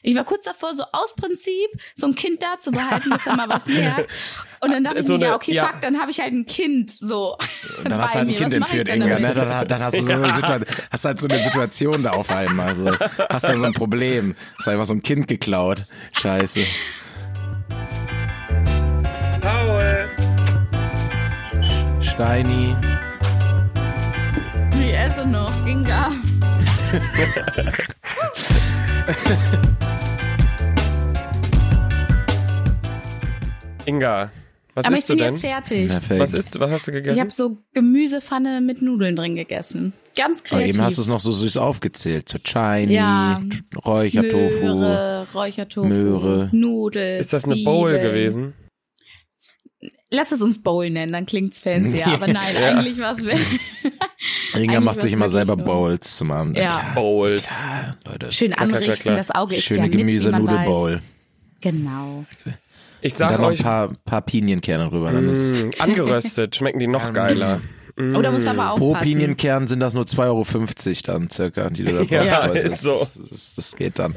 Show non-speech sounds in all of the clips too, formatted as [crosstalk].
Ich war kurz davor, so aus Prinzip so ein Kind da zu behalten, dass er mal was merkt. Und dann dachte So ich mir, eine- ja, okay, ja. fuck, dann habe ich halt ein Kind so. Dann hast du halt ein Kind entführt, Inga, ne? Dann, dann hast du so eine Situation, hast halt so eine Situation da auf einmal, so. Hast dann so ein Problem. Hast halt einfach so ein Kind geklaut. Scheiße. Paul. Steini. Ich esse noch, Inga. Inga, was Aber ich isst du bin denn? jetzt fertig. Perfekt. Was ist, was hast du Ich gegessen? habe so Gemüsepfanne mit Nudeln drin gegessen. Ganz Aber kreativ. eben hast du es noch so süß aufgezählt. Zu Chini, Ja. Räuchertofu. Möhre, Räuchertofu, Möhre. Nudeln. Ist das eine Bowl Zwiebeln. gewesen? Lass es uns Bowl nennen, dann klingt's fancier. Aber nein, Ja. eigentlich war es Inga Eigentlich macht sich war's wirklich immer selber nur- Bowls zum Abend. Ja. Bowls. Klar, Leute. schön klar, anrichten. klar. Das Auge ist ja Schöne mit, wie man weiß. Gemüse-Nudel-Bowl. Genau. Ich Dann sag noch ein euch, paar, paar Pinienkerne drüber. Dann ist mh, angeröstet schmecken die noch Mm, geiler. Oh, da musst du aber Hm. Pro aufpassen. Pinienkern sind das nur 2,50 Euro dann circa, die du da [laughs] Ja, draufstreust. ist so. Das, das, das geht dann.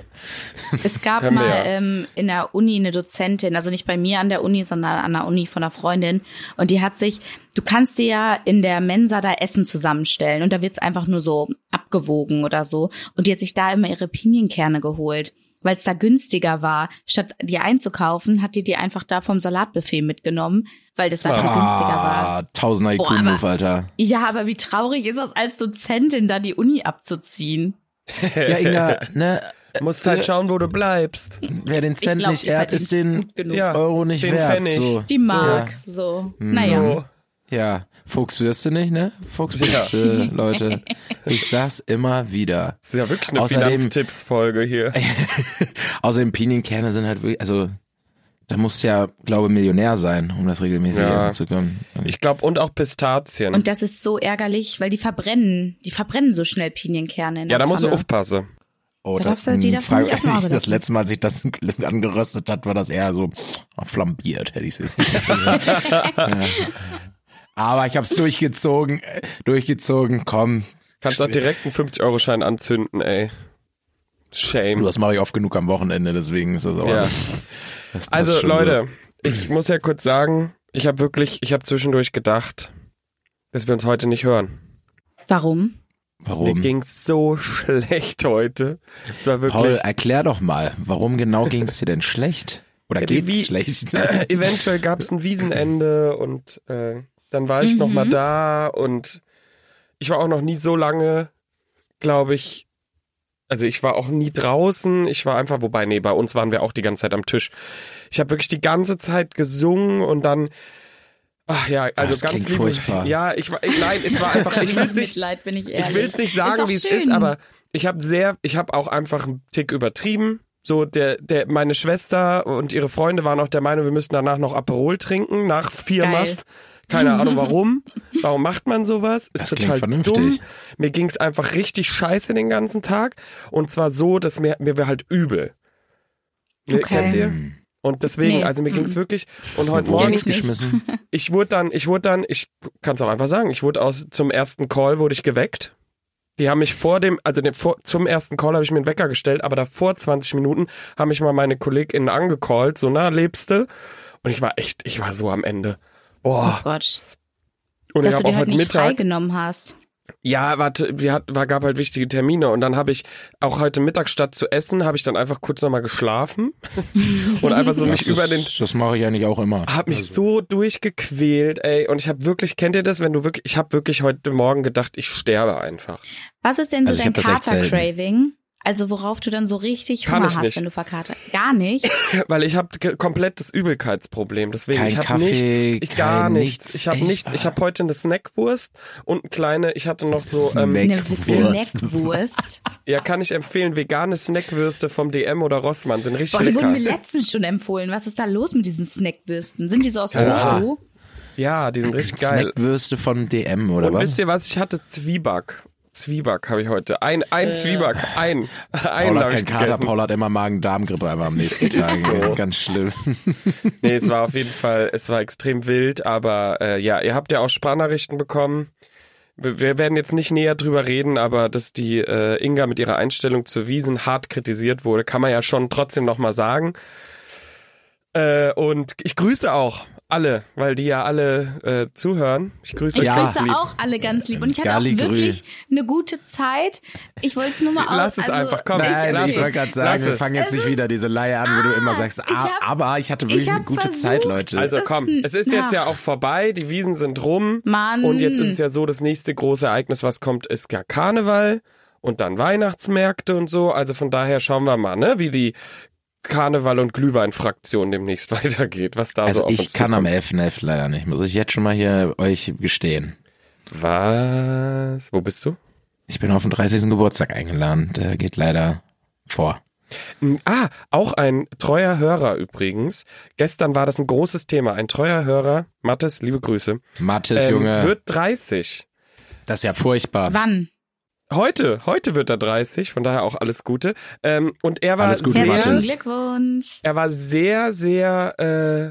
Es gab Können wir mal ja. ähm, in der Uni eine Dozentin, also nicht bei mir an der Uni, sondern an der Uni von einer Freundin. Und die hat sich, du kannst dir ja in der Mensa da Essen zusammenstellen und da wird's einfach nur so abgewogen oder so. Und die hat sich da immer ihre Pinienkerne geholt, weil es da günstiger war. Statt die einzukaufen, hat die die einfach da vom Salatbuffet mitgenommen, weil das da viel günstiger war. Ah, tausender IQ-Move, aber- Alter. Ja, aber wie traurig ist das als Dozentin, da die Uni abzuziehen? [laughs] Ja, Inga, ne, Musst halt schauen, wo du bleibst. wer den Cent glaub, nicht die ehrt, ist verdient den gut genug. Ja, Euro nicht den wert. Pfennig. So. Die mag, so. Naja. So. Ja, Fuchs wirst du nicht, ne? Fuchs wirst du, [laughs] Leute. Ich sag's immer wieder. Das ist ja wirklich eine Außerdem- Finanztipps-Folge [laughs] hier. Außerdem Pinienkerne sind halt wirklich, also da musst du ja, glaube Millionär sein, um das regelmäßig Ja. essen zu können. Ich glaube, und auch Pistazien. Und das ist so ärgerlich, weil die verbrennen, die verbrennen so schnell Pinienkerne. In ja, der da musst du Pfanne. aufpassen. oh, da darfst du- die darfst du nicht frag- essen, aber [laughs] das das- letzte Mal, als ich das [laughs] angeröstet hat, war das eher so flambiert, hätte ich es jetzt nicht gesagt. [laughs] ja. Aber ich hab's durchgezogen, äh, durchgezogen, komm. Kannst auch direkt einen 50-Euro-Schein anzünden, ey. Shame. Du, das mache ich oft genug am Wochenende, deswegen ist das aber. Ja. Das, das passt Also schon Leute, ich muss ja kurz sagen, ich habe wirklich, ich habe zwischendurch gedacht, dass wir uns heute nicht hören. Warum? so. Mir warum? ging's so schlecht heute. Es war Paul, wirklich. erklär doch mal, warum genau ging's dir denn schlecht? Oder Ja, die- äh, geht's wie- [laughs] schlecht? eventuell gab's ein Wiesenende und äh, dann war ich noch mal da und ich war auch noch nie so lange, glaube ich. Also ich war auch nie draußen. Ich war einfach, wobei nee, bei uns waren wir auch die ganze Zeit am Tisch. Ich habe wirklich die ganze Zeit gesungen und dann. Ach ja, also das ganz klingt liebe- furchtbar. Ja, ich war, ich, nein, es war einfach. [laughs] Ich will nicht, Mitleid, bin ich ehrlich. ich will es nicht Ist sagen, doch wie es schön. ist, aber ich habe sehr, ich habe auch einfach einen Tick übertrieben. So, der, der, meine Schwester und ihre Freunde waren auch der Meinung, wir müssten danach noch Aperol trinken, nach vier Geil. Mast. Keine [laughs] Ahnung warum. Warum macht man sowas? Ist Das klingt total dumm. vernünftig. Mir ging es einfach richtig scheiße den ganzen Tag. Und zwar so, dass mir, mir war halt übel. Mir- Okay. Kennt ihr? Hm. Und Nee. deswegen, Mhm. also mir ging es wirklich. Und Hast du heute eine Wurst Morgen nicht. geschmissen? ich wurde dann, ich wurde dann, ich kann es auch einfach sagen, ich wurde aus zum ersten Call wurde ich geweckt. Die haben mich vor dem, also den, vor, zum ersten Call habe ich mir einen Wecker gestellt, aber davor 20 Minuten haben mich mal meine KollegInnen angecallt, so na, lebste. Und ich war echt, ich war so am Ende. Oh Boah. Gott, Und ich dass du dir habe auch halt heute nicht Mittag. freigenommen hast. Ja, warte, wir hat, war, gab halt wichtige Termine und dann habe ich auch heute Mittag statt zu essen, habe ich dann einfach kurz [laughs] nochmal geschlafen und einfach so mich das über ist- den Das mache ich eigentlich auch immer. Hab mich so durchgequält, ey. Und ich habe wirklich, kennt ihr das, wenn du wirklich, ich habe wirklich heute Morgen gedacht, ich sterbe einfach. Was ist denn so Also ich dein hab das echt selten. Kater-Craving? Also worauf du dann so richtig Kann Hunger ich hast, nicht. wenn du verkatert. Gar nicht. Weil ich habe komplett das Übelkeitsproblem. Deswegen, Kein ich habe Kaffee, nichts, ich gar kein nichts. nichts, Ich habe echt? nichts. Ich habe heute eine Snackwurst und eine kleine, ich hatte noch so, ähm, Snack- Eine Wurst. [laughs] Snackwurst. ja, kann ich empfehlen, vegane Snackwürste vom DM oder Rossmann sind richtig Boah, die wurden lecker. mir letztens schon empfohlen. Was ist da los mit diesen Snackwürsten? Sind die so aus Oha. Tofu? Ja, die sind richtig geil. Snackwürste von DM oder Und wisst was? ihr was? Ich hatte Zwieback. Zwieback habe ich heute. Ein, ein Zwieback. Ein. Ein Paul habe hat ich keinen Kater, gegessen. Paul hat immer Magen-Darm-Grippe einfach am nächsten Tag. so. Ganz schlimm. Nee, es war auf jeden Fall, es war extrem wild, aber äh, ja, ihr habt ja auch Sprachnachrichten bekommen. wir wir werden jetzt nicht näher drüber reden, aber dass die äh, Inga mit ihrer Einstellung zur Wiesen hart kritisiert wurde, kann man ja schon trotzdem nochmal sagen. Äh, und ich grüße auch alle, weil die ja alle äh, zuhören. Ich grüße Ich euch ganz grüße lieb. auch alle ganz lieb. Und ich hatte Galli auch wirklich eine gute Zeit. Ich wollte es nur mal aus. Lass es also, einfach, komm. ich, Nein, lass ich es. wollte gerade sagen, Lass wir es. fangen jetzt nicht wieder diese Leihe an, wo du immer sagst, ich ah, hab- aber ich hatte wirklich ich hab eine gute versucht- Zeit, Leute. Also Das- komm, es ist jetzt na. ja auch vorbei, die Wiesen sind rum. Mann. Und jetzt ist es ja so, das nächste große Ereignis, was kommt, ist ja Karneval und dann Weihnachtsmärkte und so. Also von daher schauen wir mal, ne, wie die Karneval- und Glühwein-Fraktion demnächst [laughs] weitergeht, was da so also auf ich uns kann am zukommt. 11.11. leider nicht, muss ich jetzt schon mal hier euch gestehen. Was? Wo bist du? Ich bin auf den 30. Geburtstag eingeladen, der geht leider vor. Hm, Ah, auch ein treuer Hörer übrigens. Gestern war das ein großes Thema. Ein treuer Hörer, Mattes, liebe Grüße, Mathis, Junge, Ähm, wird 30. das ist ja furchtbar. Wann? Heute, heute wird er 30, von daher auch alles Gute. Ähm, und er war Alles Gute, sehr, Herzlichen Mathis. Glückwunsch. er war sehr, sehr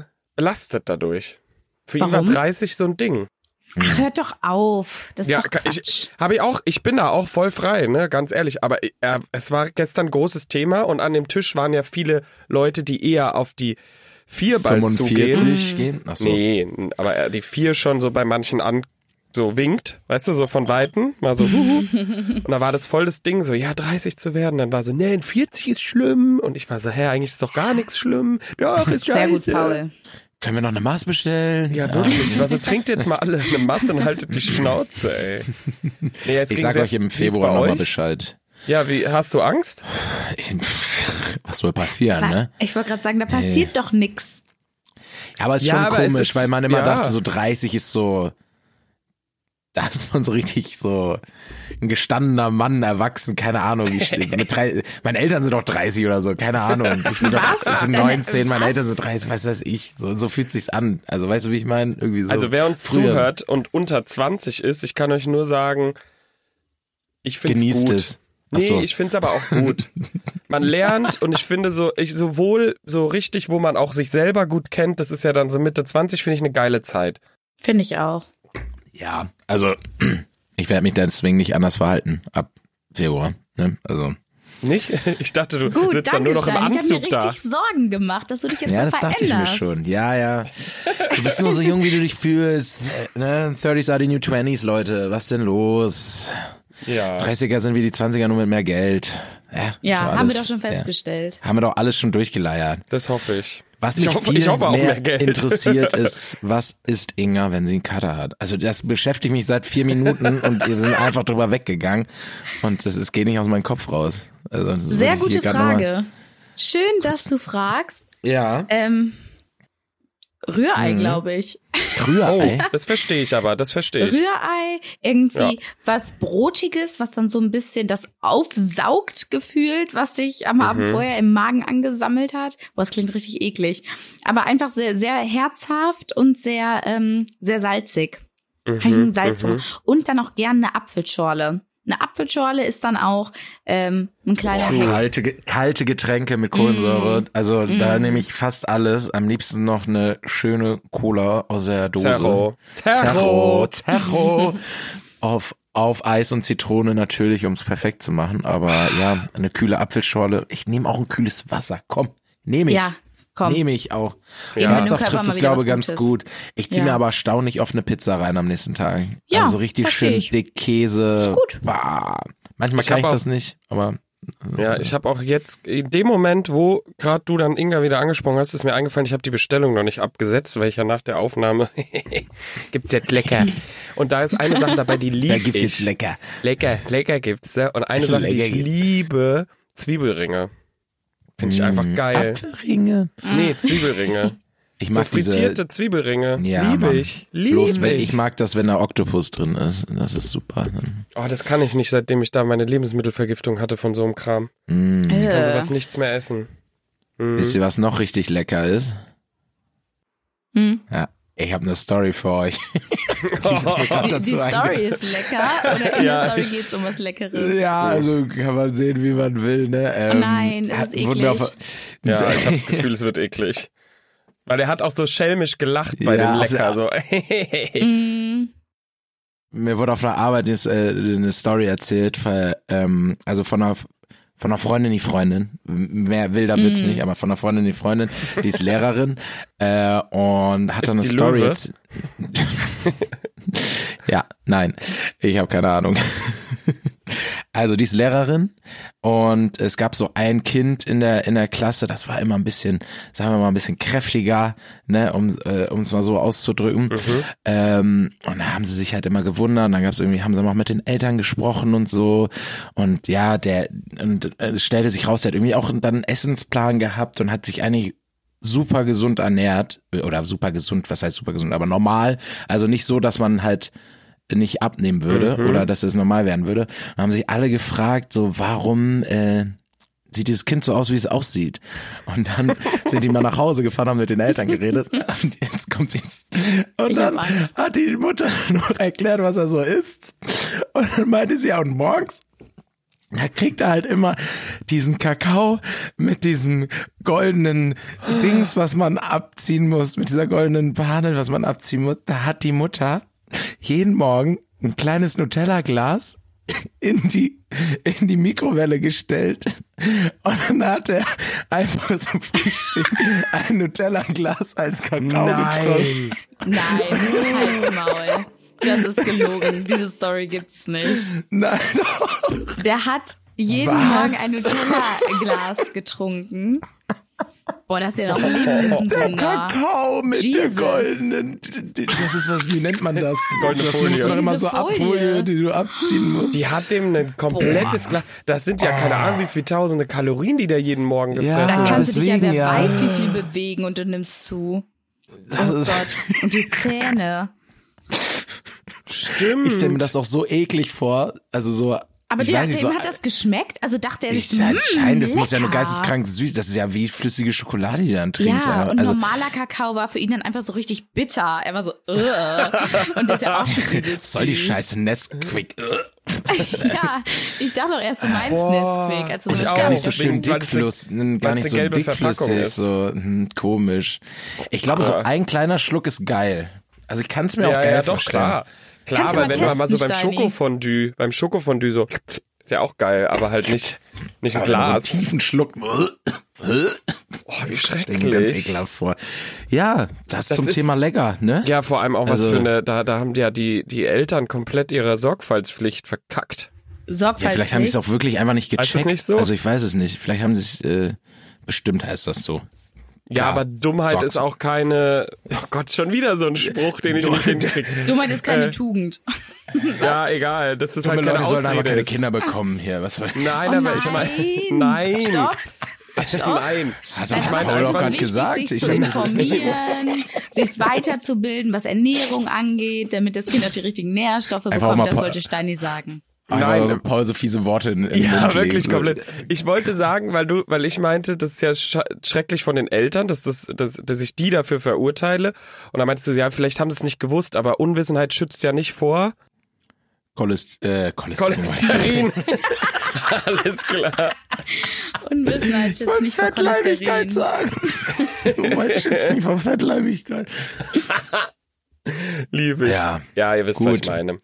äh, belastet dadurch. Für ihn Warum? war 30 so ein Ding. Mhm. Ach, hört doch auf. Das ist Ja, doch kann- ich- Quatsch. Habe ich auch, ich bin da auch voll frei, ne, ganz ehrlich. Aber äh, er, es war gestern großes Thema und an dem Tisch waren ja viele Leute, die eher auf die vier bald zugehen. 45 gehen? Ach so. Nee, n- aber er- die vier schon so bei manchen an so winkt, weißt du, so von Weitem, mal so huhu. Und da war das voll das Ding, so, ja, 30 zu werden. Dann war so, nee, 40 ist schlimm. Und ich war so, hä, eigentlich ist doch gar nichts schlimm. Doch, ist Sehr gut, scheiße. Paul. Können wir noch eine Maß bestellen? Ja, wirklich. Ich war so, trinkt jetzt mal alle eine Masse und haltet die Schnauze, ey. Nee, jetzt Ich ging sage sehr- euch wie im ist Februar bei nochmal euch? Bescheid. [laughs] Ja, wie, hast du Angst? Ich, was soll passieren, ne? Ich wollte gerade sagen, da passiert doch nix. Ja, aber es ist Ja, schon aber es komisch, ist- weil man immer ja. dachte, so 30 ist so, da ist man so richtig so ein gestandener Mann, erwachsen, keine Ahnung. Wie, steht's mit drei, meine Eltern sind doch 30 oder so, keine Ahnung. Ich bin, doch, ich bin 19, meine Eltern sind 30, was weiß ich. So, so fühlt sich's an. Also weißt du, wie ich meine? Irgendwie so. Also wer uns früher. zuhört und unter 20 ist, ich kann euch nur sagen, ich finde es Genießt gut. es. Ach Nee, so. ich finde es aber [laughs] auch gut. Man lernt und ich finde so, ich sowohl so richtig, wo man auch sich selber gut kennt, das ist ja dann so Mitte 20, finde ich eine geile Zeit. Finde ich auch. Ja, also [clears throat] ich werde mich deswegen nicht anders verhalten ab Februar. Ne? Also Nicht? [laughs] Ich dachte, du Gut, sitzt dann danke, nur noch im Stein. Ich habe mir Anzug richtig da. Sorgen gemacht, dass du dich jetzt Ja, so das dachte veränderst. ich mir schon. Ja, ja. Du bist nur so jung, wie du dich fühlst. Ne? 30s are the new 20s, Leute. Was denn los? Ja. 30er sind wie die 20er nur mit mehr Geld. Ja, ist Ja, doch haben alles- wir doch schon festgestellt. Ja. Haben wir doch alles schon durchgeleiert. Das hoffe ich. Was Ich mich hoffe- viel ich hoffe auch mehr, mehr Geld. [laughs] interessiert ist, was ist Inga, wenn sie einen Cutter hat? Also das beschäftigt mich seit vier Minuten und wir sind einfach drüber weggegangen und das ist, geht nicht aus meinem Kopf raus. Also, das wollte Sehr ich hier gute grad nochmal- Frage. Schön, dass du fragst. Ja, Ähm, Rührei, Mhm. glaube ich. Rührei. Oh, das verstehe ich aber, das verstehe ich. Rührei, irgendwie was Brotiges, was dann so ein bisschen das aufsaugt gefühlt, was sich am Abend vorher im Magen angesammelt hat. Boah, das klingt richtig eklig. Aber einfach sehr, sehr herzhaft und sehr, ähm, sehr salzig. Mhm, Salzung. mhm. Und dann auch gerne eine Apfelschorle. Eine Apfelschorle ist dann auch ähm, ein kleiner Boah, Hack. kalte, Ge- kalte Getränke mit Kohlensäure. Mhm. Also da nehme ich fast alles. Am liebsten noch eine schöne Cola aus der Dose. Zerro. Zerro. Zerro. Zerro. [laughs] auf, auf Eis und Zitrone natürlich, um es perfekt zu machen. Aber ja, eine kühle Apfelschorle. Ich nehme auch ein kühles Wasser. Komm, nehme ich. Ja, komm. Nehme ich auch. Ja. Ja. Herzhaft Dem Körper trifft mal es, wieder glaube ich, was ganz Gutes. gut. Ich ziehe Ja. mir aber erstaunlich oft eine Pizza rein am nächsten Tag. Ja, Also richtig versteh schön ich. dick Käse. Ist gut. Bah. Manchmal Ich kann ich hab das nicht, aber Ja, ich habe auch jetzt, in dem Moment, wo gerade du dann Inga wieder angesprochen hast, ist mir eingefallen, ich habe die Bestellung noch nicht abgesetzt, weil ich ja nach der Aufnahme [laughs] gibt's jetzt lecker. Und da ist eine Sache dabei, die liebe da gibt's ich. jetzt lecker. lecker, lecker gibt's da. Und [laughs] eine Sache, die Lecker ich gibt's. liebe, Zwiebelringe. Finde ich einfach Mm, geil. Apfelringe. Nee, [laughs] Zwiebelringe. Ich so mag frittierte diese. Zwiebelringe. Ja, liebe Mann. ich. Liebe Bloß, wenn, ich. ich mag das, wenn da Oktopus drin ist. Das ist super. Oh, das kann ich nicht, seitdem ich da meine Lebensmittelvergiftung hatte von so einem Kram. Ich kann Äh, sowas nichts mehr essen. Mm. Wisst ihr, was noch richtig lecker ist? Hm. Ja, ich habe eine Story für euch. Wie [laughs] ist mir grad [laughs] die, die dazu eingefallen? Story ist lecker. Oder in Ja, der ich- Story geht's um was Leckeres. Ja, also kann man sehen, wie man will, ne? Ähm, Oh nein, es ist wurden wir eklig. Ja, ich [laughs] habe das Gefühl, es wird eklig. Weil er hat auch so schelmisch gelacht bei dem Ja, [laughs] Mm. auf der- Lecker. So. mir wurde auf der Arbeit jetzt, äh, eine Story erzählt, weil, ähm, also von einer von einer Freundin die Freundin, mehr wilder Witz Mhm. nicht, aber von einer Freundin die Freundin, die ist Lehrerin äh, und hat Ist dann eine die Story. Löwe? erz- [laughs] ja, nein, ich habe keine Ahnung. [laughs] Also die ist Lehrerin und es gab so ein Kind in der in der Klasse, das war immer ein bisschen, sagen wir mal ein bisschen kräftiger, ne, um äh, um es mal so auszudrücken. Ähm, und da haben sie sich halt immer gewundert. Und dann gab's irgendwie, haben sie mal mit den Eltern gesprochen und so. Und ja, der und äh, es stellte sich raus, der hat irgendwie auch dann einen Essensplan gehabt und hat sich eigentlich super gesund ernährt oder super gesund, was heißt super gesund, aber normal, also nicht so, dass man halt nicht abnehmen würde Mhm. oder dass es normal werden würde. Und haben sich alle gefragt, so warum äh, sieht dieses Kind so aus, wie es aussieht? Und [laughs] dann sind die mal nach Hause gefahren, haben mit den Eltern geredet und jetzt kommt sie und Ich dann hab Angst. hat die Mutter [laughs] noch erklärt, was er so ist und dann meinte sie ja und morgens da kriegt er halt immer diesen Kakao mit diesem goldenen Dings, was man abziehen muss, mit dieser goldenen Panel, was man abziehen muss. Da hat die Mutter jeden Morgen ein kleines Nutella-Glas in die, in die Mikrowelle gestellt. Und dann hat er einfach zum Frühstück ein Nutella-Glas als Kakao getrunken. Nein, halt's Maul. Das ist gelogen. Diese Story gibt's nicht. Nein, [laughs] Der hat jeden Was? Morgen ein Nutella-Glas getrunken. Boah, das ist ja noch ein Leben ist ein Wunder. Kakao mit der Jesus. goldenen. [laughs] Das ist was, wie nennt man das? Goldene das Folie. musst du doch immer Diese so Folie. Abfolie, die du abziehen musst. Die hat dem ein komplettes Glas. Das sind ja keine Ahnung, wie viele tausende Kalorien, die der jeden Morgen Oh. Ja. gefressen Da hat. kannst du dich ja, deswegen wer ja. weiß, wie viel bewegen und du nimmst zu. Das Oh ist- Gott. Und die Zähne. Stimmt. Ich stelle mir das auch so eklig vor. Also so. Aber ich dem, weiß dem nicht, so, hat das geschmeckt? Also dachte er ich, sich, "Mm, scheint, das muss ja nur lecker." geisteskrank süß. Das ist ja wie flüssige Schokolade, die du dann trinkst. Ja, aber- und also, normaler Kakao war für ihn dann einfach so richtig bitter. Er war so, [laughs] äh. Und der ist ja auch schon übel was soll die süß. Scheiße Nesquik? Ja, ich dachte doch erst, du meinst Boah. Nesquik. Also Das so ist Ich eine gar auch, nicht so kleine- schön wegen- weil es eine- dickflüssig, gar weil es nicht eine so gelbe dickflüssig, Verpackung ist. ist. so hm, komisch. Ich glaube, so ein kleiner Schluck ist geil. Also ich kann es mir auch ja, geil ja, doch, vorstellen. klar. Klar, Kannst du aber mal wenn man mal so testen, beim Steini. Schokofondue, beim Schokofondue so, ist ja auch geil, aber halt nicht, nicht ein Aber so einen Glas. tiefen Schluck. Oh, wie Stell mir ganz schrecklich. ekelhaft vor. Ja, das, zum ist- Thema lecker, ne? Ja, vor allem auch was Also- für eine, da, da haben die ja die, die Eltern komplett ihre Sorgfaltspflicht verkackt. Sorgfaltspflicht. Ja, vielleicht haben sie es auch wirklich einfach nicht Heißt das gecheckt. nicht so? Also ich weiß es nicht. Vielleicht haben sie es, äh, bestimmt heißt das so. Ja, Klar. aber Dummheit Sorgf- ist auch keine, oh Gott, schon wieder so ein Spruch, den ich nicht [laughs] hinkriege. Dummheit ist Äh, keine Tugend. Ja, egal, das ist Dumme halt keine Leute sollen einfach Ausrede keine ist. Kinder bekommen hier. Was soll Nein, Oh aber ich meine, nein. Stopp. [laughs] Nein. also also Nein, Hat doch aber Paul es auch ist gerade wichtig, gesagt. Sich Ich zu hab- informieren, sich weiterzubilden, was Ernährung angeht, damit das Kind auch die richtigen Nährstoffe Einfach bekommt. mal Das pa- wollte Steini sagen. Einfach Nein. Paul so fiese Worte in, in den Ja, Mund wirklich legen, so. komplett. Ich wollte sagen, weil du, weil ich meinte, das ist ja sch schrecklich von den Eltern, dass, das, dass, dass ich die dafür verurteile. Und dann meintest du, ja, vielleicht haben sie es nicht gewusst, aber Unwissenheit schützt ja nicht vor Cholest äh, Cholesterin. [laughs] Cholesterin. [laughs] Alles klar. Unwissenheit ist Ich wollte nicht vor Cholesterin. Fettleibigkeit sagen. Du meinst jetzt nicht von Fettleibigkeit. Liebe ich. Ja. ja, ihr wisst, was ich Gut. meine.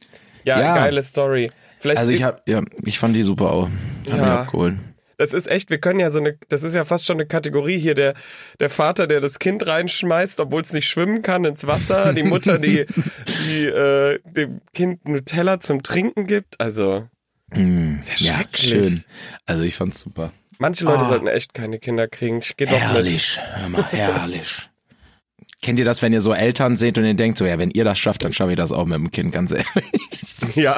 Ja, Ja. geile Story. Vielleicht Also ich hab, ja, ich fand die super auch. Hab ja. Ja. mich abgeholt. Das ist echt, wir können ja so eine, das ist ja fast schon eine Kategorie hier, der, der Vater, der das Kind reinschmeißt, obwohl es nicht schwimmen kann, ins Wasser, die Mutter, [laughs] die, die äh, dem Kind Nutella zum Trinken gibt. Also, sehr Mm, Ja, schrecklich. schön. Also ich fand's super. Manche Leute sollten echt keine Kinder kriegen. Ich gehe doch mit. Herrlich, hör mal, [laughs] herrlich. Kennt ihr das, wenn ihr so Eltern seht und ihr denkt so, ja, wenn ihr das schafft, dann schaffe ich das auch mit dem Kind, ganz ehrlich. [laughs] Ja,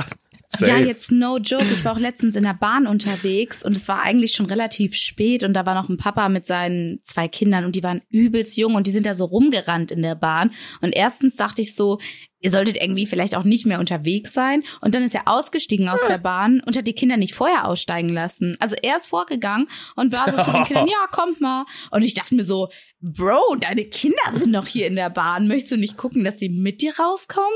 safe. Ja, jetzt no joke. Ich war auch letztens in der Bahn unterwegs und es war eigentlich schon relativ spät und da war noch ein Papa mit seinen zwei Kindern und die waren übelst jung und die sind da so rumgerannt in der Bahn. Und erstens dachte ich so, ihr solltet irgendwie vielleicht auch nicht mehr unterwegs sein. Und dann ist er ausgestiegen aus der Bahn und hat die Kinder nicht vorher aussteigen lassen. Also er ist vorgegangen und war so zu den [laughs] Kindern, ja, kommt mal. Und ich dachte mir so, Bro, deine Kinder sind noch hier in der Bahn. Möchtest du nicht gucken, dass sie mit dir rauskommen?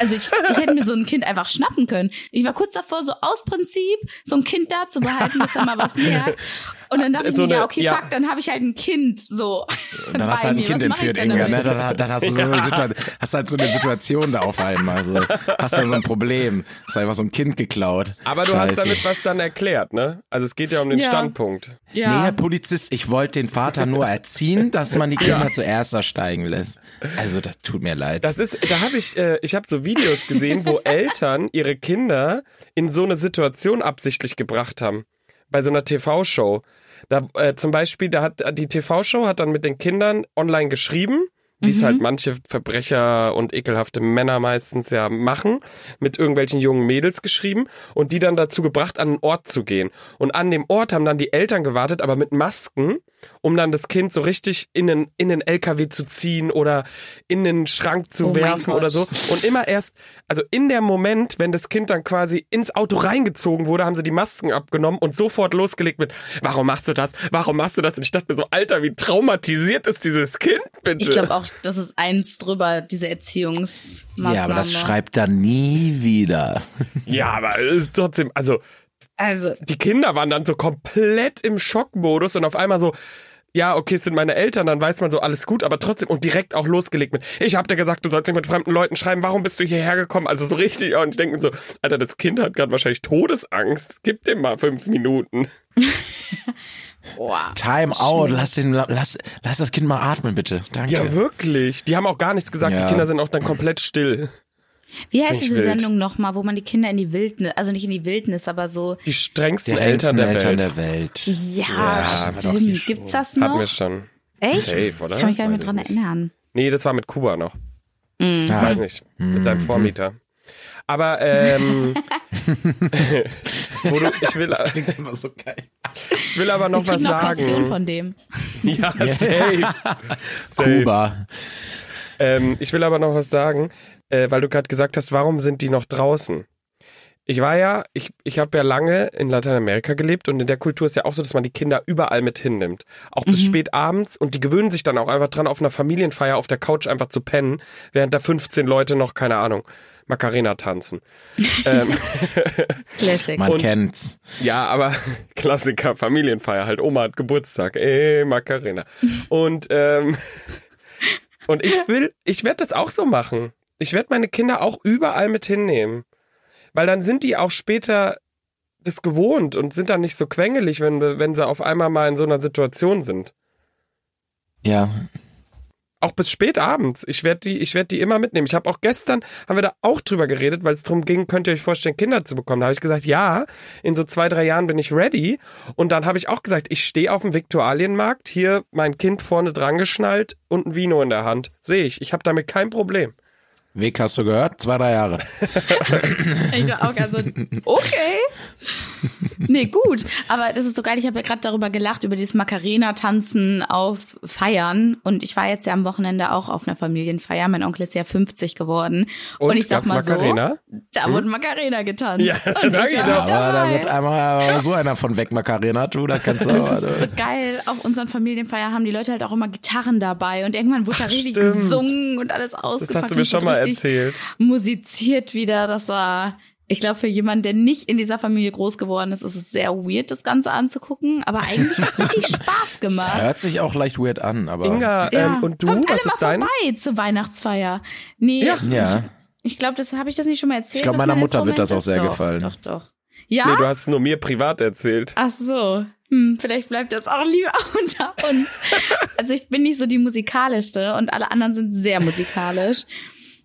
Also ich, ich hätte mir so ein Kind einfach schnappen können. Ich war kurz davor, so aus Prinzip so ein Kind da zu behalten, bis er mal was merkt. Und dann dachte So ich mir, eine- ja, okay, ja. fuck, dann habe ich halt ein Kind. So. Und dann hast bei du halt ein mir. Kind Was mach ich entführt, denn Inga, damit? ne? Dann, hat- dann hast du so eine Situation, hast halt so eine Situation da auf einmal. So. Hast du so ein Problem. Hast einfach so ein Kind geklaut. Aber du hast Scheiße. damit was dann erklärt, ne? Also es geht ja um den Ja. Standpunkt. Ja. Nee, Herr Polizist, ich wollte den Vater nur erziehen, dass man die Kinder zuerst ersteigen lässt. Also, das tut mir leid. Das ist, da habe ich, äh, ich habe so Videos gesehen, wo Eltern ihre Kinder in so eine Situation absichtlich gebracht haben. Bei so einer TV-Show. Da, äh, zum Beispiel, da hat die TV-Show hat dann mit den Kindern online geschrieben, wie es halt manche Verbrecher und ekelhafte Männer meistens ja machen, mit irgendwelchen jungen Mädels geschrieben und die dann dazu gebracht, an einen Ort zu gehen. Und an dem Ort haben dann die Eltern gewartet, aber mit Masken, um dann das Kind so richtig in den, in den LKW zu ziehen oder in den Schrank zu Oh mein werfen Gott. oder so. Und immer erst, also in der Moment, wenn das Kind dann quasi ins Auto reingezogen wurde, haben sie die Masken abgenommen und sofort losgelegt mit, warum machst du das? Warum machst du das? Und ich dachte mir so, Alter, wie traumatisiert ist dieses Kind, bitte? Ich glaube auch, das ist eins drüber, diese Erziehungsmaßnahme. Ja, aber das schreibt er nie wieder. ja, aber es ist trotzdem, also Also, die Kinder waren dann so komplett im Schockmodus und auf einmal so, ja, okay, es sind meine Eltern, dann weiß man so, alles gut, aber trotzdem und direkt auch losgelegt mit, ich hab dir gesagt, du sollst nicht mit fremden Leuten schreiben, warum bist du hierher gekommen? Also so richtig, und ich denke mir so, Alter, das Kind hat gerade wahrscheinlich Todesangst, gib dem mal fünf Minuten. boah. Time out, lass, den, lass, lass das Kind mal atmen, bitte. Danke. Ja, wirklich. Die haben auch gar nichts gesagt, Ja. die Kinder sind auch dann komplett still. Wie heißt Nicht diese wild. Sendung nochmal, wo man die Kinder in die Wildnis, also nicht in die Wildnis, aber so, Die strengsten Die Eltern ältesten der Welt. Eltern der Welt. [laughs] ja, haben wir doch hier stimmt. schon. Gibt's das Hatten noch? wir schon. Echt? Safe, oder? Ich kann mich gar nicht mehr Weiß dran ich nicht. erinnern. Nee, das war mit Kuba noch. Ah, Weiß nicht. Mit deinem Vormieter. Aber, [laughs] ähm, wo du, ich will, Das klingt immer so geil. ich will aber noch ich krieg was noch Kaution sagen. ne? von dem. Ja, safe. safe. [laughs] Kuba. Ähm, ich will aber noch was sagen, äh, weil du gerade gesagt hast, warum sind die noch draußen? Ich war ja, ich, ich habe ja lange in Lateinamerika gelebt und in der Kultur ist ja auch so, dass man die Kinder überall mit hinnimmt. Auch bis spät abends und die gewöhnen sich dann auch einfach dran, auf einer Familienfeier auf der Couch einfach zu pennen, während da 15 Leute noch, keine Ahnung, Macarena tanzen. ähm, Classic. Man Und- kennt's. ja, aber [laughs] Klassiker, Familienfeier halt. Oma hat Geburtstag. Ey, Macarena. Und, ähm, [laughs] und ich will, ich werde das auch so machen. Ich werde meine Kinder auch überall mit hinnehmen. Weil dann sind die auch später das gewohnt und sind dann nicht so quengelig, wenn, wenn sie auf einmal mal in so einer Situation sind. Ja. Auch bis spät abends. Ich werde die, ich werd die immer mitnehmen. Ich habe auch gestern, haben wir da auch drüber geredet, weil es darum ging, könnt ihr euch vorstellen, Kinder zu bekommen. Da habe ich gesagt, ja, in so zwei, drei Jahren bin ich ready. Und dann habe ich auch gesagt, ich stehe auf dem Viktualienmarkt, hier mein Kind vorne dran geschnallt und ein Vino in der Hand. Sehe ich. Ich habe damit kein Problem. Weg hast du gehört? Zwei, drei Jahre. Ich war auch ganz so, okay. [laughs] Nee, gut. Aber das ist so geil. Ich habe ja gerade darüber gelacht, über dieses Macarena-Tanzen auf Feiern. Und ich war jetzt ja am Wochenende auch auf einer Familienfeier. Mein Onkel ist ja 50 geworden. Und, ich sag gab's mal Macarena? Hm? so, da wurde Macarena getanzt. Ja, [laughs] Und [laughs] sag ich ich war doch. mit Aber da dabei. wird einmal aber so einer von weg, Macarena, du, da kannst du also, aber. Das ist so geil. Auf unseren Familienfeiern haben die Leute halt auch immer Gitarren dabei und irgendwann wurde da richtig stimmt. gesungen und alles ausgepackt. Das hast du und mir schon mal richtig erzählt. Musiziert wieder. Das war, ich glaube, für jemanden, der nicht in dieser Familie groß geworden ist, ist es sehr weird, das Ganze anzugucken. [laughs] Aber eigentlich hat es richtig Spaß Das gemacht. hört sich auch leicht weird an, aber. Inga, Ja. ähm, und du, Kommt alle was ist mal dein? vorbei zur Weihnachtsfeier. Nee, Ja. Ja. ich glaube, das habe ich das nicht schon mal erzählt. Ich glaub, was meiner mein Mutter wird das Instrument auch sehr ist? doch, gefallen. Doch, doch. Ja? Nee, du hast es nur mir privat erzählt. Ach so. Hm, vielleicht bleibt das auch lieber [laughs] unter uns. Also ich bin nicht so die musikalischste und alle anderen sind sehr musikalisch.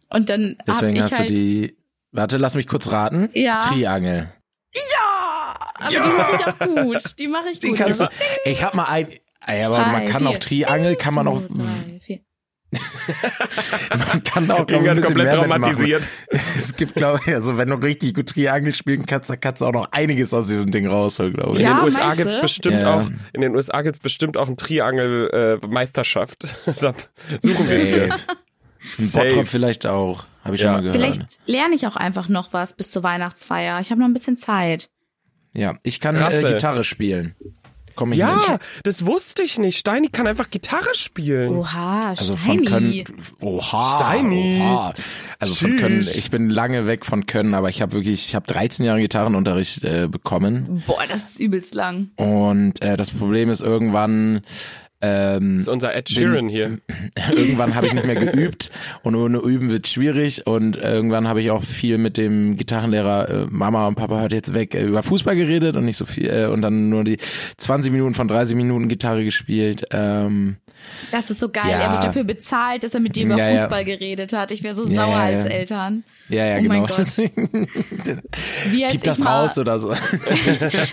Und dann habe Deswegen ich hast halt du die. Warte, lass mich kurz raten. Ja. Triangel. ja, Ah, aber die mache ich auch gut. Die mache ich Den gut. kannst du. Also Ich hab mal ein. Ey, aber drei, man kann auch vier. Triangel, kann man auch. Eins, zwei, drei, vier. Man kann da auch, glaub ich, Inga ein hat bisschen komplett mehr mitmachen. traumatisiert. [laughs] Es gibt, glaube ich, also wenn du richtig gut Triangel spielen kannst, dann kannst du auch noch einiges aus diesem Ding rausholen, glaube ich. In Ja, den USA meinst du? gibt's bestimmt Ja. auch, in den USA gibt's bestimmt auch eine Triangel-Meisterschaft. [laughs] da suchen wir Safe. hier. Ein Safe. Bottrop vielleicht auch. Habe ich Ja. schon mal gehört. Vielleicht lerne ich auch einfach noch was bis zur Weihnachtsfeier. Ich habe noch ein bisschen Zeit. Ja, ich kann äh, Rassel. Gitarre spielen. Komm ich ja, nicht. das wusste ich nicht. Steini kann einfach Gitarre spielen. Oha, Also von Steini. Köln. Oha. Steini. Oha. Also von Tschüss. Köln. Ich bin lange weg von Köln, aber ich habe wirklich, ich habe 13 Jahre Gitarrenunterricht äh, bekommen. Boah, das ist übelst lang. Und äh, das Problem ist irgendwann. Ähm, Das ist unser Ed Sheeran hier. irgendwann habe ich nicht mehr geübt und ohne Üben wird schwierig und irgendwann habe ich auch viel mit dem Gitarrenlehrer äh, Mama und Papa hört jetzt weg äh, über Fußball geredet und nicht so viel äh, und dann nur die 20 Minuten von 30 Minuten Gitarre gespielt. Ähm, Das ist so geil. Ja. Er wird dafür bezahlt, dass er mit dir über Ja, ja. Fußball geredet hat. Ich wäre so Ja, sauer ja, als ja. Eltern. ja, ja, Oh mein genau. Gott. Deswegen, Wie als Gib ich das mal, raus oder so. Das ist so,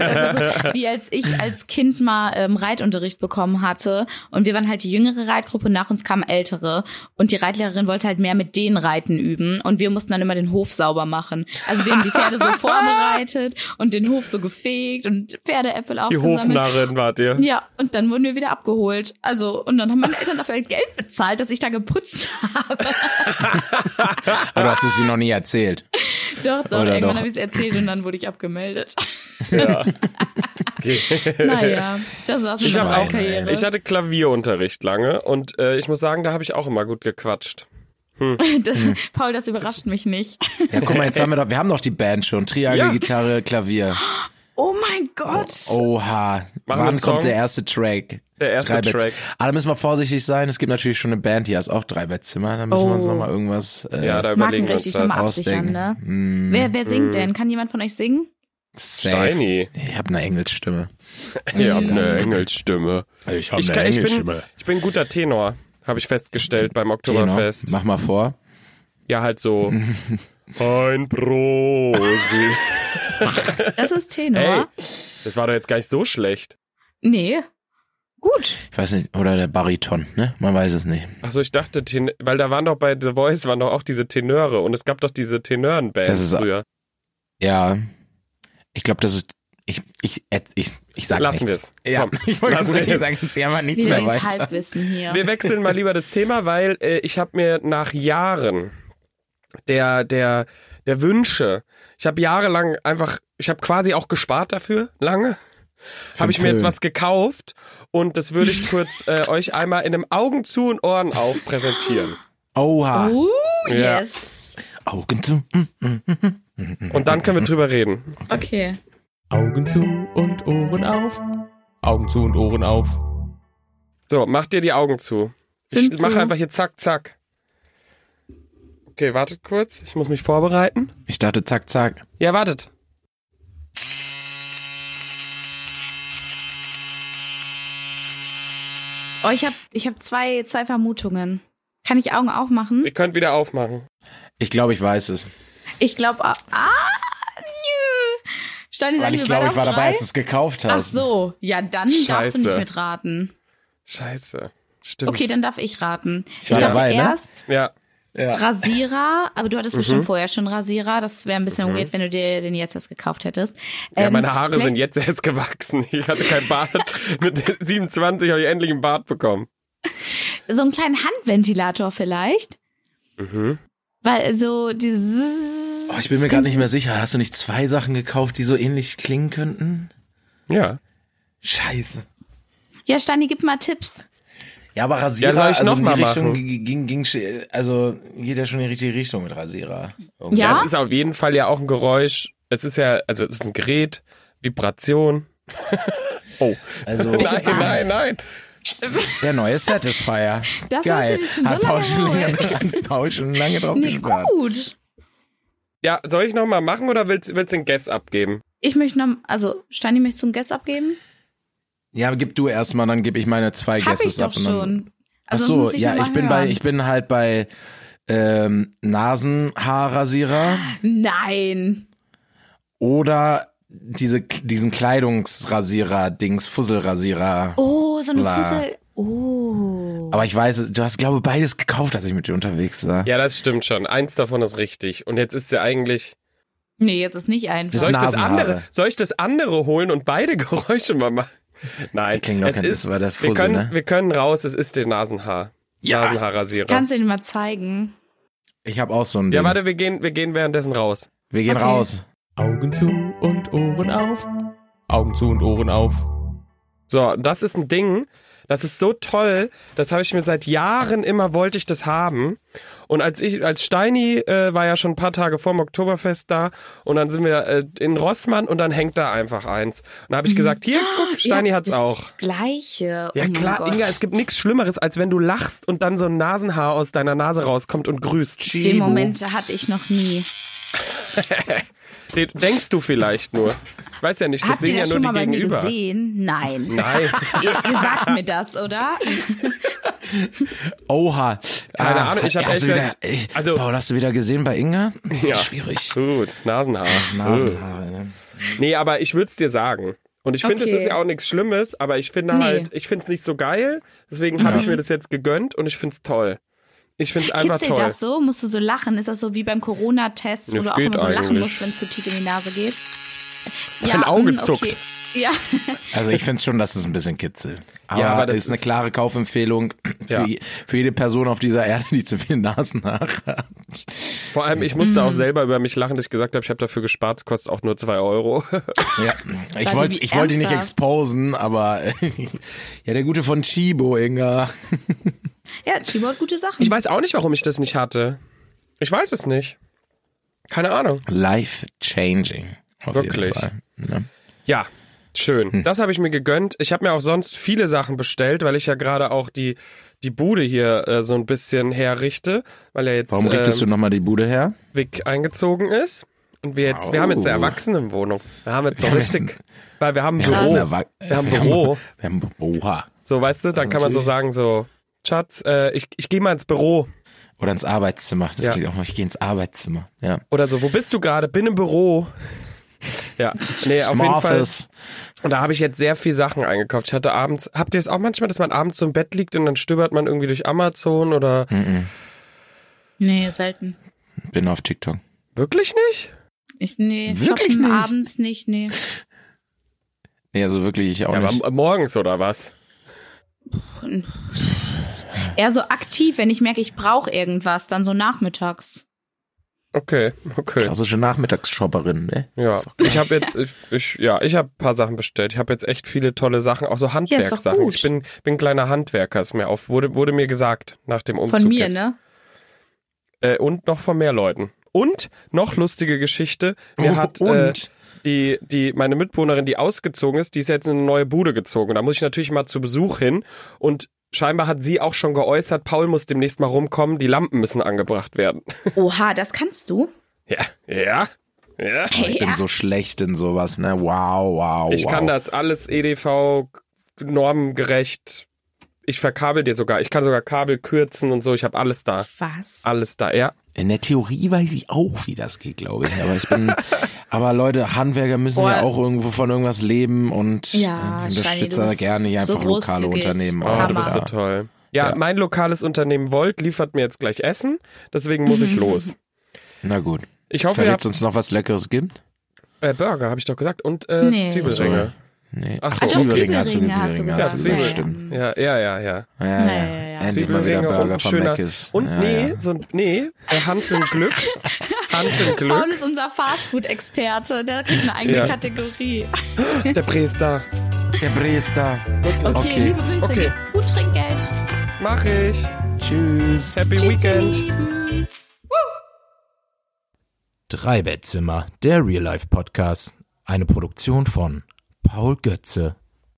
Also, wie als ich als Kind mal ähm, Reitunterricht bekommen hatte und wir waren halt die jüngere Reitgruppe, nach uns kamen ältere und die Reitlehrerin wollte halt mehr mit denen Reiten üben und wir mussten dann immer den Hof sauber machen. Also wir haben die Pferde [laughs] so vorbereitet und den Hof so gefegt und Pferdeäpfel Die aufgesammelt. Hofnarrin wart ihr. Ja, und dann wurden wir wieder abgeholt. Also, und dann haben meine Eltern dafür Geld bezahlt, dass ich da geputzt [laughs] habe. Aber du hast es ihm noch nie erzählt. Doch, doch, Oder irgendwann doch. habe ich es erzählt und dann wurde ich abgemeldet. [laughs] Okay. Naja, das war's mit Ich, hab meiner auch, Karriere. ich hatte Klavierunterricht lange und äh, ich muss sagen, da habe ich auch immer gut gequatscht. das, Hm. Paul, das überrascht mich nicht. Ja, guck mal, jetzt haben wir doch, wir haben doch die Band schon. Triangel, Ja. Gitarre, Klavier. Oh mein Gott. Oha. wir einen Wann Song? kommt der erste Track? Der erste drei Betts. Track. Ah, da müssen wir vorsichtig sein. Es gibt natürlich schon eine Band, die heißt auch drei Bettzimmer. Da müssen wir uns Oh. nochmal irgendwas. Äh, Ja, da überlegen wir uns Markenrecht, ich das. nochmal ausdenken. Hm. absichern, ne? Wer, wer singt denn? Kann jemand von euch singen? safe. Steini. Ich hab eine Engelsstimme. Ich habe eine Engelsstimme. Ich Ich, ne kann, ich, bin, ich bin ein guter Tenor, habe ich festgestellt beim Oktoberfest. Mach mal vor. Ja, halt so. [laughs] Ein Prosi. Das ist [laughs] Tenor. Ey, das war doch jetzt gar nicht so schlecht. Nee. Gut. Ich weiß nicht, oder der Bariton, ne? Man weiß es nicht. Achso, ich dachte, Ten weil da waren doch bei The Voice waren doch auch diese Tenöre und es gab doch diese Das Tenörenbands ist- früher. Ja. Ich glaube, das ist. Ich, ich, äh, ich, ich sag Lassen nichts. wir's. Ja, Komm, [laughs] ich wollte lassen sagen, wir's. ich sage jetzt hier mal nichts mehr Wildes weiter. Halbwissen hier. Wir wechseln mal lieber das Thema, weil äh, ich habe mir nach Jahren der, der, der Wünsche, ich habe jahrelang einfach, ich habe quasi auch gespart dafür, lange, habe ich mir jetzt Film. was gekauft und das würde ich kurz äh, euch einmal in einem Augen zu und Ohren auf [laughs] präsentieren. Oha. Uh, Ja. yes. Augen zu. Hm. Und dann können wir drüber reden. Okay. Augen zu und Ohren auf. Augen zu und Ohren auf. So, mach dir die Augen zu. Sind Ich mache zu. einfach hier zack, zack. Okay, wartet kurz, ich muss mich vorbereiten. Ich dachte, zack, zack. Ja, wartet. Oh, ich habe ich hab zwei, zwei Vermutungen. Kann ich Augen aufmachen? Ihr könnt wieder aufmachen. Ich glaube, ich weiß es. Ich glaube, ah, nö. Steini, Weil sagen ich wir glaube, beide ich war auf dabei, drei? als du es gekauft Ach hast. so, ja, dann darfst Scheiße. du nicht mitraten. Scheiße. Stimmt. Okay, dann darf ich raten. Ich, war dachte dabei, ne? erst Ja. Ja. Rasierer, aber du hattest Mhm. bestimmt vorher schon Rasierer. Das wäre ein bisschen weird, wenn du dir den jetzt erst gekauft hättest. Ja, Ähm, meine Haare vielleicht- sind jetzt erst gewachsen. [laughs] Ich hatte keinen Bart. [laughs] Mit 27 habe ich endlich einen Bart bekommen. So einen kleinen Handventilator vielleicht. Mhm. Weil so dieses. Oh, ich bin mir gar nicht mehr sicher. Hast du nicht zwei Sachen gekauft, die so ähnlich klingen könnten? Ja. Scheiße. Ja, Stani, gib mal Tipps. Ja, aber Ja, Rasierer, soll ich also noch in mal die Richtung machen? ging, ging, ging, sch- also geht ja schon in die richtige Richtung mit Rasierer. Irgendwie. Ja? Es ist auf jeden Fall ja auch ein Geräusch. Es ist ja, also es ist ein Gerät, Vibration. oh. Also Nein, nein, nein. der neue Satisfier. Das Geil. hast du dich schon so hat, Paul lange schon lange, geholt. hat Paul schon lange drauf Nee, gespart. gut. Ja, soll ich nochmal machen oder willst, willst du den Guess abgeben? Ich möchte noch, also Steini, möchtest du einen Guess abgeben? Ja, aber gib du erstmal, dann gebe ich meine zwei Hab ich Guesses doch ab. und dann- schon. Ach Also, sonst so, muss ich ja, noch mal ich hören. bin bei, ich bin halt bei ähm, Nasenhaarrasierer Nein. oder diese, diesen Kleidungsrasierer-Dings, Fusselrasierer. Oh, so eine Bla. Fussel. Oh. Aber ich weiß, es- du hast, glaube ich, beides gekauft, als ich mit dir unterwegs war. Ja, das stimmt schon. Eins davon ist richtig. Und jetzt ist ja eigentlich. Nee, jetzt ist nicht einfach. Das Soll ich das Nasenhaare. andere, soll ich das andere holen und beide [laughs] Geräusche mal machen? Nein. Die klingen doch Halt, es kein- das war der wir, Fussel, können, ne? wir können raus, es ist der Nasenhaar. Ja. Nasenhaarrasierer. Kannst du den mal zeigen? Ich habe auch so ein Ding. Ja, warte, wir gehen, wir gehen währenddessen raus. Wir gehen Okay. raus. Augen zu und Ohren auf. Augen zu und Ohren auf. So, das ist ein Ding. Das ist so toll. Das habe ich mir seit Jahren immer wollte ich das haben. Und als ich, als Steini äh, war ja schon ein paar Tage vor dem Oktoberfest da und dann sind wir äh, in Rossmann und dann hängt da einfach eins. Und da habe ich gesagt, hier, guck, Steini Mhm. Ah, Ja, hat's das auch. ist Das gleiche. Ja oh mein klar, Gott. Inga, es gibt nichts Schlimmeres, als wenn du lachst und dann so ein Nasenhaar aus deiner Nase rauskommt und grüßt. Den Moment hatte ich noch nie. Den denkst du vielleicht nur. Ich weiß ja nicht, das Habt sehen ihr ja das nur schon mal die bei mir Gegenüber. gesehen? Nein. Nein, [laughs] ihr, ihr sagt mir das, oder? Oha. Keine Ahnung, ich hab hast du echt- wieder, ey, also- Paul, hast du wieder gesehen bei Inga? Ja. Äh. Schwierig. gut, Nasenhaar. Nasenhaar. Nasenhaare, ne? Nee, aber ich würde es dir sagen. Und ich finde, Okay. es ist ja auch nichts Schlimmes, aber ich finde Nee. Mhm. halt, ich finde es nicht so geil. Deswegen habe ich mir das jetzt gegönnt und ich finde es toll. Ich finde es einfach Kitzelt toll. das so? Musst du so lachen? Ist das so wie beim Corona-Test, wo Das du auch geht immer so lachen eigentlich. musst, wenn es zu tief in die Nase geht? Ein Auge mm, zuckt. Okay. Ja. [laughs] Also ich finde schon, dass es ein bisschen kitzelt. Aber, aber das das ist eine ist- klare Kaufempfehlung für, Ja. je- für jede Person auf dieser Erde, die zu viel Nasenhaare hat. Vor allem, ich musste Mhm. auch selber über mich lachen, dass ich gesagt habe, ich habe dafür gespart, es kostet auch nur zwei Euro. Ja. Ich Warte, wollte wie ich wollte dich nicht ernsthaft? exposen, aber [laughs] ja, der gute von Chibo, Inga. Ja, Chibo hat gute Sachen. Ich weiß auch nicht, warum ich das nicht hatte. Ich weiß es nicht. Keine Ahnung. Life changing. Auf Wirklich? Jeden Fall. ne? Ja. Hm. Ja, schön. Das habe ich mir gegönnt. Ich habe mir auch sonst viele Sachen bestellt, weil ich ja gerade auch die, die Bude hier äh, so ein bisschen herrichte, weil ja jetzt Warum richtest ähm, du nochmal die Bude her? Vic eingezogen ist. Und wir jetzt, wir haben jetzt eine Au. Erwachsenenwohnung. Wir haben jetzt so Wir haben richtig, jetzt weil wir haben ein Das ist Büro. eine Wa- wir haben ein [laughs] Büro. Wir haben, oha. So, weißt du, dann kann man so natürlich- sagen, so, Schatz, äh, ich, ich gehe mal ins Büro. Oder ins Arbeitszimmer. Das Ja. klingt auch mal, ich gehe ins Arbeitszimmer. Ja. Oder so, wo bist du gerade? Bin im Büro. Ja, nee, auf jeden Fall. Morphis. Und da habe ich jetzt sehr viel Sachen eingekauft. Ich hatte abends, habt ihr es auch manchmal, dass man abends so im Bett liegt und dann stöbert man irgendwie durch Amazon oder Hm. Nee, selten. Bin auf TikTok. wirklich nicht? Ich, nee, Wirklich shoppen nicht? abends nicht, nee. Nee, also wirklich, ich auch Ja, aber nicht. m- morgens oder was? Eher so aktiv, wenn ich merke, ich brauche irgendwas, dann so nachmittags. Okay, okay. Klassische Nachmittagsshopperin, ne? Ja, ich habe jetzt, ich, ich, ja, ich habe ein paar Sachen bestellt. Ich habe jetzt echt viele tolle Sachen, auch so doch Handwerkssachen. gut. ich bin, bin kleiner Handwerker, ist mir auf, wurde, wurde mir gesagt nach dem Umzug. Von mir, jetzt. ne? Äh, und noch von mehr Leuten. Und noch lustige Geschichte, mir Oh, hat äh, [laughs] und? die, die, meine Mitbewohnerin, die ausgezogen ist, die ist jetzt in eine neue Bude gezogen. Da muss ich natürlich mal zu Besuch hin und Scheinbar hat sie auch schon geäußert, Paul muss demnächst mal rumkommen, die Lampen müssen angebracht werden. [laughs] Oha, das kannst du? Ja, ja, ja. Ich Ja. bin so schlecht in sowas, ne? Wow, wow, Ich wow. kann das alles E EDV normgerecht. Ich verkabel dir sogar. Ich kann sogar Kabel kürzen und so. Ich habe alles da. Was? Alles da, ja. In der Theorie weiß ich auch, wie das geht, glaube ich. Aber [laughs] ich bin, aber Leute, Handwerker müssen Boah. ja auch irgendwo von irgendwas leben und Ja, ähm, Steini, unterstütze du da bist gerne hier so einfach lokale großzügig. Unternehmen. Oh, Oh, du Hammer. bist so toll. Ja, Ja. mein lokales Unternehmen Volt liefert mir jetzt gleich Essen. Deswegen muss ich los. Na gut. Ich hoffe, ihr Verrät habt uns noch was Leckeres gibt? äh, Burger, habe ich doch gesagt. Und äh, Nee. Zwiebelringe. Nee. Ach so. Also Zwiebelringe hast du hast du gesehen. Ja, hast du gesagt. gesehen, Zwiebel. stimmt. Ja, ja, ja, ja. Ja, ja, Ja, ja, ja. ja. Endlich mal wieder Zwiebelringe und Burger ein von schöner. Mc's. Und ja, nee, ja. so ein, nee, äh, Hans im Glück. Hans im Glück. Paul ist unser Fastfood-Experte, der kriegt eine eigene Ja. Kategorie. Der Priester. Der Brester. Okay, Okay. liebe Grüße, Okay. gebt gut Trinkgeld. Mach ich. Tschüss. Happy Tschüss, ihr Weekend. Lieben. Dreibettzimmer, der Real Life Podcast. Eine Produktion von Paul Götze